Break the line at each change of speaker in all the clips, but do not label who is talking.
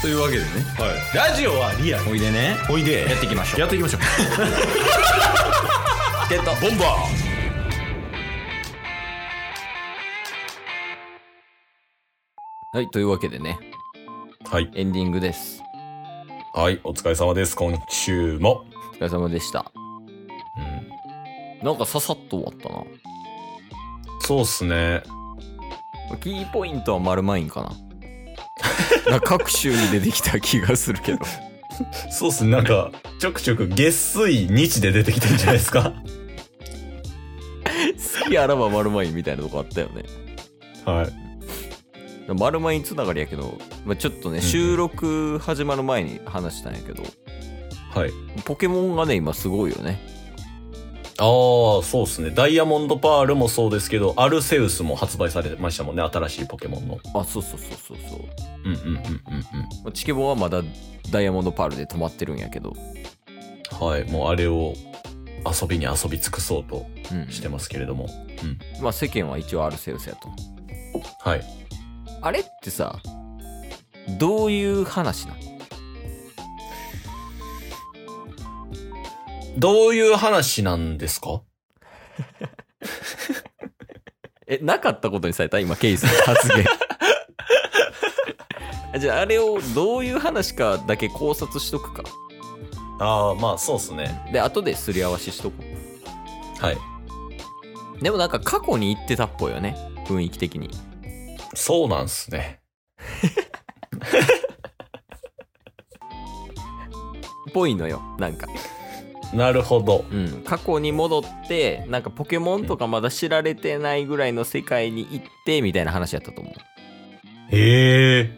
というわけでね
はい、ラジオはリアル
おいでね
おいで
やっていきましょう
やっていきまし ょう
ゲット
ボンバ
はいというわけでね
ーはい
エンディングです
はいお疲れ様です今週も、
お疲れ様でした
うん、
なんかささっと終わったな
そうっすね
キーポイントは丸マインか ななんか各週に出てきた気がするけど
そうっすねなんかちょくちょく月水日で出てきてんじゃないですか
好きあらば丸マインみたいなとこあったよね
はい
丸マインつながりやけど、まあ、ちょっとね
ん
収録始まる前に話したんやけど、
はい
ポケモンがね今すごいよね
ああそうっすねダイヤモンドパールもそうですけどアルセウスも発売されてましたもんね新しいポケモンの
あそうそうそうそうそう
うんうんうんうん
まあチケボンはまだダイヤモンドパールで止まってるんやけど、
うんはいもうあれを遊びに遊び尽くそうと
うん
してますけれども
まあ世間は一応アルセウスやと
はい
あれってさどういう話なの
どういう話なんですか
えなかったことにされた今ケイスの発 言あじゃああれをどういう話かだけ考察しとくか
ああまあそうっすね
で後ですり合わせしとこ
はいう
でもなんか過去に行ってたっぽいよね雰囲気的に
そうなんすね
ぽいのよなんか
なるほど
うん過去に戻ってなんかポケモンとかまだ知られてないぐらいの世界に行ってみたいな話やったと思う
へえ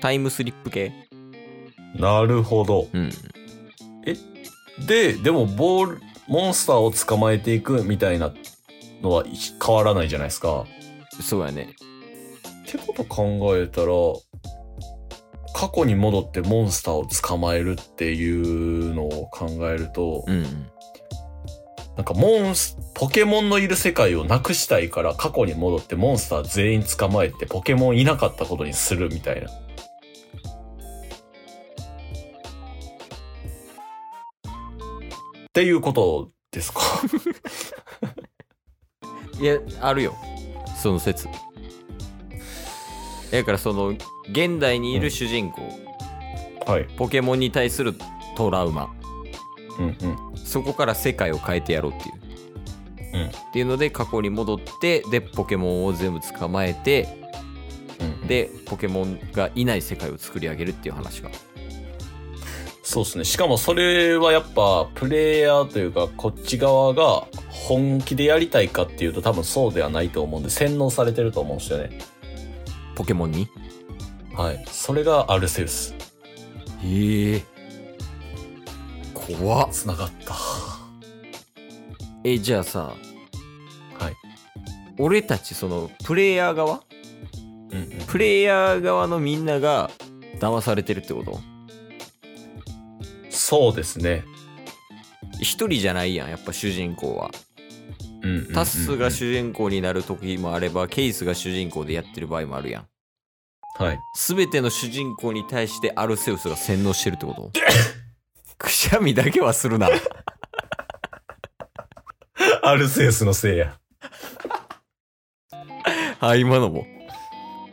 タイムスリップ系
なるほど
うん
ででもボールモンスターを捕まえていくみたいなのは変わらないじゃないですか
そうやね
ってこと考えたら過去に戻ってモンスターを捕まえるっていうのを考えると、
うんうん
なんかモンスポケモンのいる世界をなくしたいから過去に戻ってモンスター全員捕まえてポケモンいなかったことにするみたいなっていうことですか
いやあるよその説だからその現代にいる主人公、
はい
ポケモンに対するトラウマ
うんうん
そこから世界を変えてやろうっていう、
うん
っていうので過去に戻ってでポケモンを全部捕まえて
うん
でポケモンがいない世界を作り上げるっていう話が
そうですね。しかもそれはやっぱプレイヤーというかこっち側が本気でやりたいかっていうと多分そうではないと思うんで洗脳されてると思うんですよね。
ポケモンに
はい。それがアルセウス。
へえ怖っ
繋がった。は
えじゃあさ
い。
俺たちそのプレイヤー側
うんうん。
プレイヤー側のみんなが騙されてるってこと
そうですね。
一人じゃないやんやっぱ主人公は
うんうんうん
タッスが主人公になる時もあればケイスが主人公でやってる場合もあるやん
はい。
全ての主人公に対してアルセウスが洗脳してるってこと くしゃみだけはするな
アルセウスのせいや。
あ今のも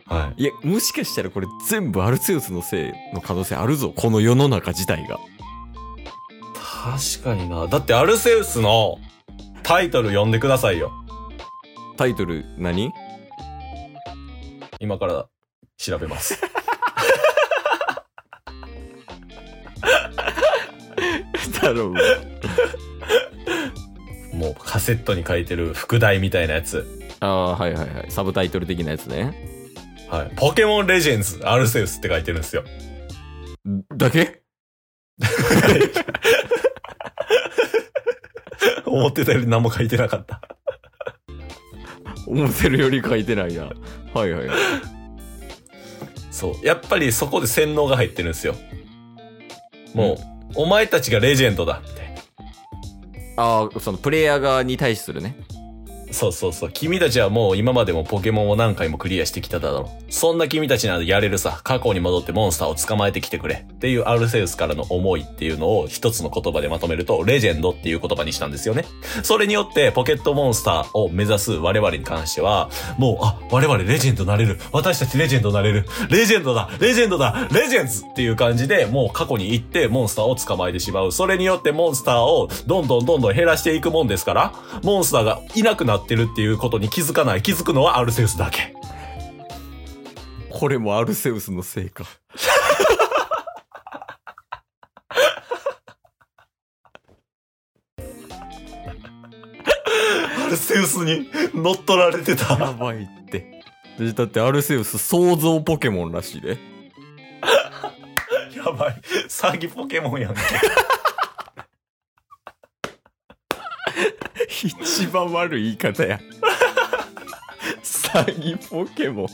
はい
やもしかしたらこれ全部アルセウスのせいの可能性あるぞこの世の中自体が
い。確かにな。だってアルセウスのタイトル読んでくださいよ。
タイトル何
今から調べ ます。
だろうが
もうカセットに書いてる副題みたいなやつ。
ああーはいはいはいサブタイトル的なやつね
はい。ポケモンレジェンズ、アルセウスって書いてるんですよ。
だけ
思ってたより何も書いてなかった。
思ってるより書いてないなはいはいはい
そう。やっぱりそこで洗脳が入ってるんですよ。もう、お前たちがレジェンドだ、みたいな。
ああそのプレイヤー側に対するね
そうそうそう。君たちはもう今までもポケモンを何回もクリアしてきただろう。そんな君たちならやれるさ。過去に戻ってモンスターを捕まえてきてくれ。っていうアルセウスからの思いっていうのを一つの言葉でまとめると、レジェンドっていう言葉にしたんですよね。それによってポケットモンスターを目指す我々に関しては、もう、あ、我々レジェンドなれる。私たちレジェンドなれる。レジェンドだレジェンドだレジェンズっていう感じで、もう過去に行ってモンスターを捕まえてしまう。それによってモンスターをどんどんどんどん減らしていくもんですから、モンスターがいなくなってるっていうことに気づかない。気づくのはアルセウスだけ。
これもアルセウスのせいか。
アルセウスに 乗っ取られて た。
やばいって。でだってアルセウス創造ポケモンらしいで。
やばい。詐欺ポケモン やんけ。
一番悪い言い方や。詐欺ポケモン。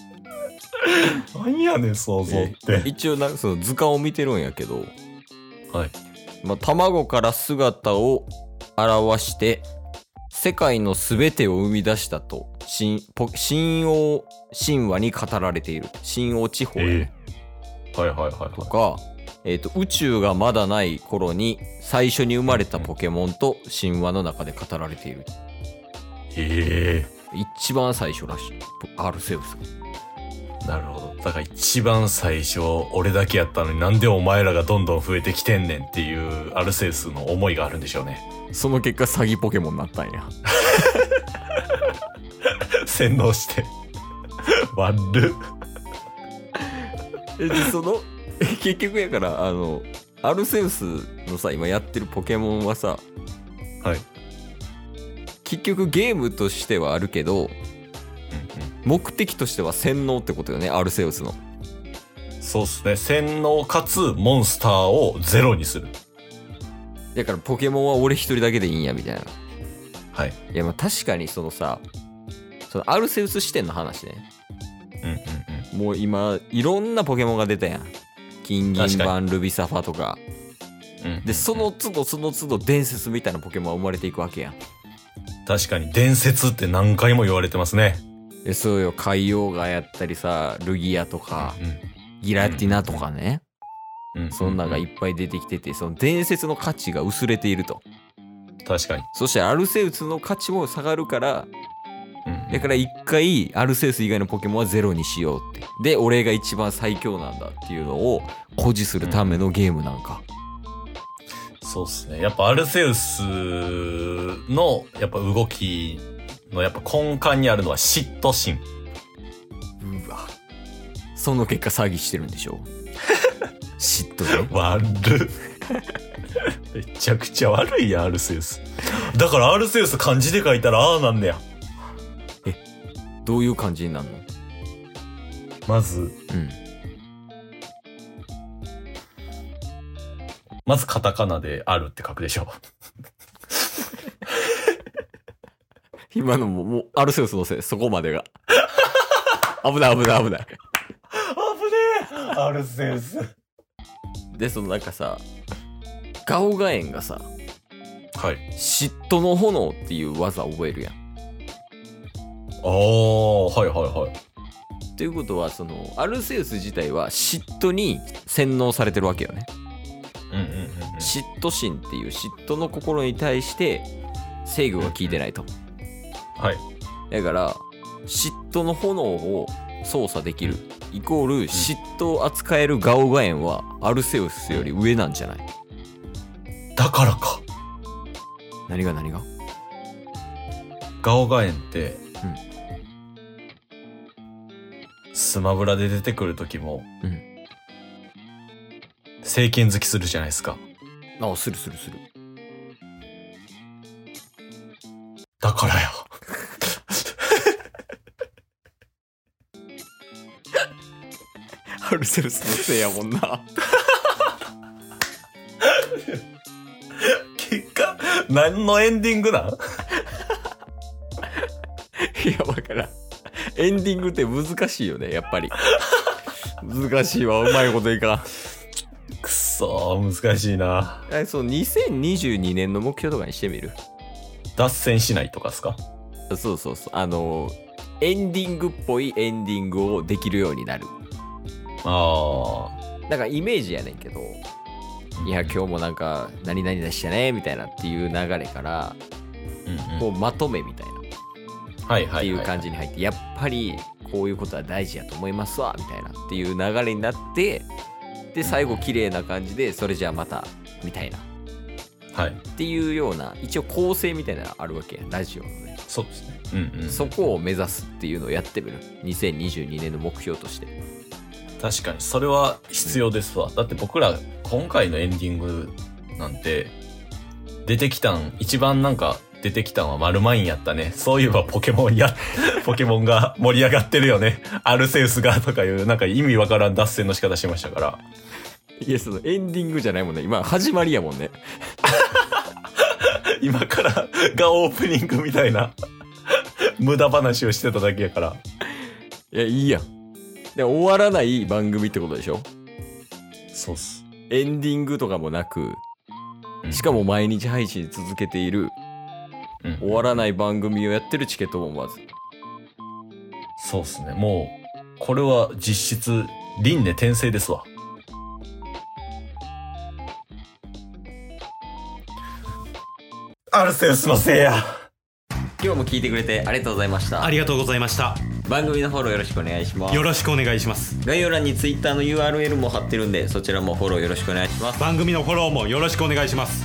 なんやねん、想像って。
一応なんかその図鑑を見てるんやけど、
はい。
まあ、卵から姿を表して世界の全てを生み出したと神ポ神王神話に語られている神王地方やね
ええはいはいはいはい
と。か、えー、と宇宙がまだない頃に最初に生まれたポケモンと神話の中で語られている
え
一番最初らしいポアルセウス
えなるほど。だから一番最初、俺だけやったのになんでお前らがどんどん増えてきてんねんっていうアルセウスの思いがあるんでしょうね。
その結果詐欺ポケモンになったんや
洗脳して。 悪っ。
えでその 結局やからあのアルセウスのさ今やってるポケモンはさ
はい
結局ゲームとしてはあるけど目的としては洗脳ってことよねアルセウスの
そうっすね。洗脳かつモンスターをゼロにする。
だからポケモンは俺一人だけでいいんやみたいな
はい。
いやまあ確かにそのさそのアルセウス視点の話ね
うんうんうん。
もう今いろんなポケモンが出たやん金銀
確か
版ルビサファとか
うん、
でその都度その都度伝説みたいなポケモンは生まれていくわけやん
確かに伝説って何回も言われてますね。
えそうよ海洋がやったりさルギアとか
う
ギラティナとかね、
んうん。う
そんなんがいっぱい出てきててその伝説の価値が薄れていると
確かに。
そしてアルセウスの価値も下がるから
うん
だから一回アルセウス以外のポケモンはゼロにしようってで俺が一番最強なんだっていうのを誇示するためのゲームなんか、
そうですね。やっぱアルセウスの、やっぱ動きの、やっぱ根幹にあるのは嫉妬心。
うわその結果詐欺してるんでしょ 嫉妬で
悪っ。 めちゃくちゃ悪いやん、アルセウス。だからアルセウス漢字で書いたらああなんねや。
どういう感じになるの
まず、
うん
まずカタカナであるって書くでしょ。
今のももうアルセウスのせいそこまでが危ない危ない危ない
危ねえアルセウス。
でそのなんかさガオガエンがさ
はい。
嫉妬の炎っていう技を覚えるやん
ああ、はいはいはい。
ということはそのアルセウス自体は嫉妬に洗脳されてるわけよね
うんうんうんうん。
嫉妬心っていう嫉妬の心に対して制御が効いてないと
はい。
だから嫉妬の炎を操作できるイコール嫉妬を扱えるガオガエンはアルセウスより上なんじゃない
だからか。
何が何が
ガオガエンって、スマブラで出てくる時も、
うん
聖剣好きするじゃないですか。
あするするする
だからや。
アルセウスのせいやもんな
結果、何のエンディングなん
いやわからんエンディングって難しいよねやっ ぱり難しいわうまいこといかん
くそー、難しい な。
えそう2022年の目標とかにしてみる
脱線しないとかっすか
そうそうそうあのエンディングっぽいエンディングをできるようになる
ああ。
なんかイメージやねんけどいや今日もなんか何々でしたねみたいなっていう流れから
うんう
こうまとめみたいなっ
ん。はいはいは
て
い。
いう感じに入ってやっぱりこういうことは大事やと思いますわみたいなっていう流れになってで最後綺麗な感じでそれじゃあまたみたいなっ
はい。
ていうような一応構成みたいなのあるわけやラジオのね
そうですね。うんうん。
そこを目指すっていうのをやってみる2022年の目標として
確かに、それは必要ですわ。だって僕ら、今回のエンディングなんて、出てきたん、一番なんか出てきたんはマルマインやったね。そういえばポケモンや、 ポケモンが盛り上がってるよね。アルセウスがとかいう、なんか意味わからん脱線の仕方してましたから。
いやそのエンディングじゃないもんね今始まりやもんね
今からがオープニングみたいな、無駄話をしてただけやから。
いやいいやんで終わらない番組ってことでしょ
そうっす。
エンディングとかもなく
うん
しかも毎日配信続けている
うん
終わらない番組をやってるチケットもまず
そうっすね。もう、これは実質、輪廻転生ですわ。アルセウスのせいや。
今日も聞いてくれてありがとうございました
ありがとうございました。
番組のフォローよろしくお願いしま
よろしくお願いします。
概要欄に Twitter の URL も貼ってるんでそちらもフォローよろしくお願いします
番組のフォローもよろしくお願いします。